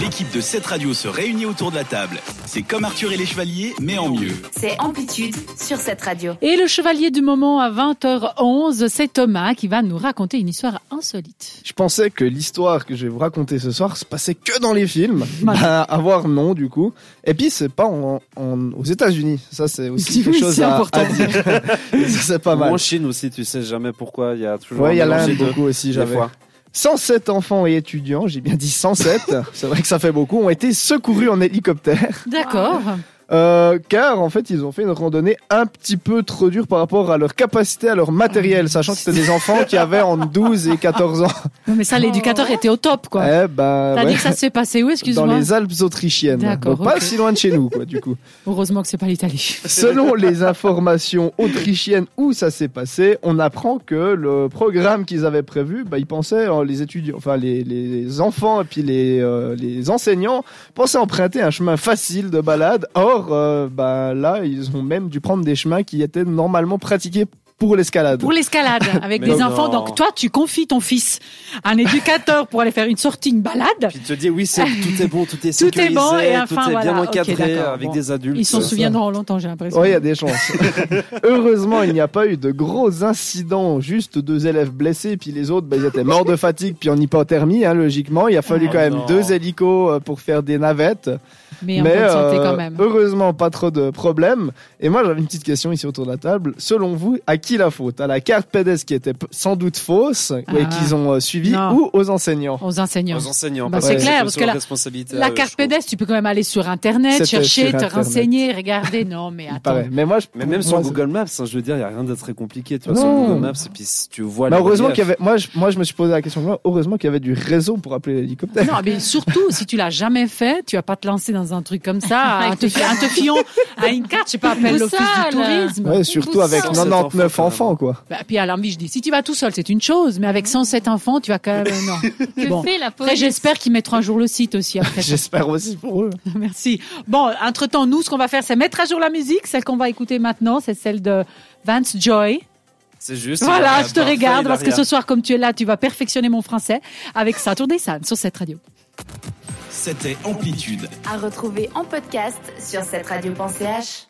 L'équipe de cette radio se réunit autour de la table. C'est comme Arthur et les Chevaliers, mais en mieux. C'est Amplitude sur cette radio. Et le chevalier du moment à 20h11, c'est Thomas qui va nous raconter une histoire insolite. Je pensais que l'histoire que je vais vous raconter ce soir se passait que dans les films. Bah, à voir, non, du coup. Et puis, c'est pas en, en- aux États-Unis. Ça, c'est aussi Oui, quelque chose c'est à, important. à dire. ça, c'est pas Ou mal. en Chine aussi, tu sais jamais pourquoi. Il y a toujours Ouais, il y a un l'Inde mélange des beaucoup aussi, deux, des j'avais. fois. 107 enfants et étudiants, j'ai bien dit 107, c'est vrai que ça fait beaucoup, ont été secourus en hélicoptère, D'accord. euh, car en fait ils ont fait une randonnée un petit peu trop dure par rapport à leur capacité, à leur matériel, sachant que c'était des enfants qui avaient entre 12 et 14 ans. Non, mais ça, l'éducateur était au top, quoi. Eh ben, T'as ouais. dit que ça s'est passé où, excuse-moi Dans les Alpes autrichiennes, D'accord, donc pas ok. si loin de chez nous, quoi, du coup. Heureusement que c'est pas l'Italie. Selon les informations autrichiennes où ça s'est passé, on apprend que le programme qu'ils avaient prévu, bah, ils pensaient, euh, les étudiants, enfin les, les enfants et puis les, euh, les enseignants pensaient emprunter un chemin facile de balade. Or, euh, bah, là, ils ont même dû prendre des chemins qui étaient normalement pratiqués pour l'escalade. Pour l'escalade, avec Mais des non. enfants. Donc, toi, tu confies ton fils à un éducateur pour aller faire une sortie, une balade. Puis tu te dis, oui, c'est- tout est bon, tout est Tout est sécurisé, bon et tout enfin, est voilà, bien ok, encadré d'accord, avec bon. des adultes. euh, Ils s'en Ça, souviendront longtemps, j'ai l'impression. Oui, il y a des chances. Heureusement, il n'y a pas eu de gros incidents, juste deux élèves blessés, puis les autres, ben, ils étaient morts de fatigue, puis en hypothermie, hein, logiquement. Il a fallu Ah Oh quand même non. deux hélicos euh, pour faire des navettes. Mais en bonne santé, euh, quand même. heureusement, pas trop de problèmes. Et moi, j'avais une petite question ici autour de la table. Selon vous, à qui la faute À la carte PDS qui était p- sans doute fausse et Ah. qu'ils ont euh, suivi, Non. ou aux enseignants Aux enseignants. Aux enseignants. Bah, parce c'est que clair, c'est parce sur que la- responsabilité à La eux, carte je trouve. pédestre, tu peux quand même aller sur Internet, C'était chercher, sur te Internet. renseigner, regarder. Non, mais Il attends. paraît. Mais moi, je, Mais même sur moi, Google Maps, hein, je veux dire, il n'y a rien de très compliqué. Tu vois, sur Non. Google Maps, et puis si tu vois. Bah, les heureusement reliefs, qu'il y avait, moi je, moi, je me suis posé la question, moi, heureusement qu'il y avait du réseau pour appeler l'hélicoptère. Non, mais surtout, si tu l'as jamais fait, tu vas pas te lancer dans un truc comme ça, un te, un te fiant à une carte, je sais pas, appelle l'office du Tout seul. tourisme. Ouais, surtout avec 99 enfants, quoi. Bah, puis à l'envie, je dis, si tu vas tout seul, c'est une chose, mais avec 107 enfants, tu vas quand même, non. Que Bon. fait la police Après, j'espère qu'ils mettront un jour le site aussi après. J'espère aussi pour eux. Merci. Bon, entre temps, nous, ce qu'on va faire, c'est mettre à jour la musique. Celle qu'on va écouter maintenant, c'est celle de Vance Joy. C'est juste. il y Voilà, a je te parfait, regarde il y a parce que rien. ce soir, comme tu es là, tu vas perfectionner mon français avec Saturday Sun sur cette radio. C'était Amplitude. À retrouver en podcast sur cette radio.ch.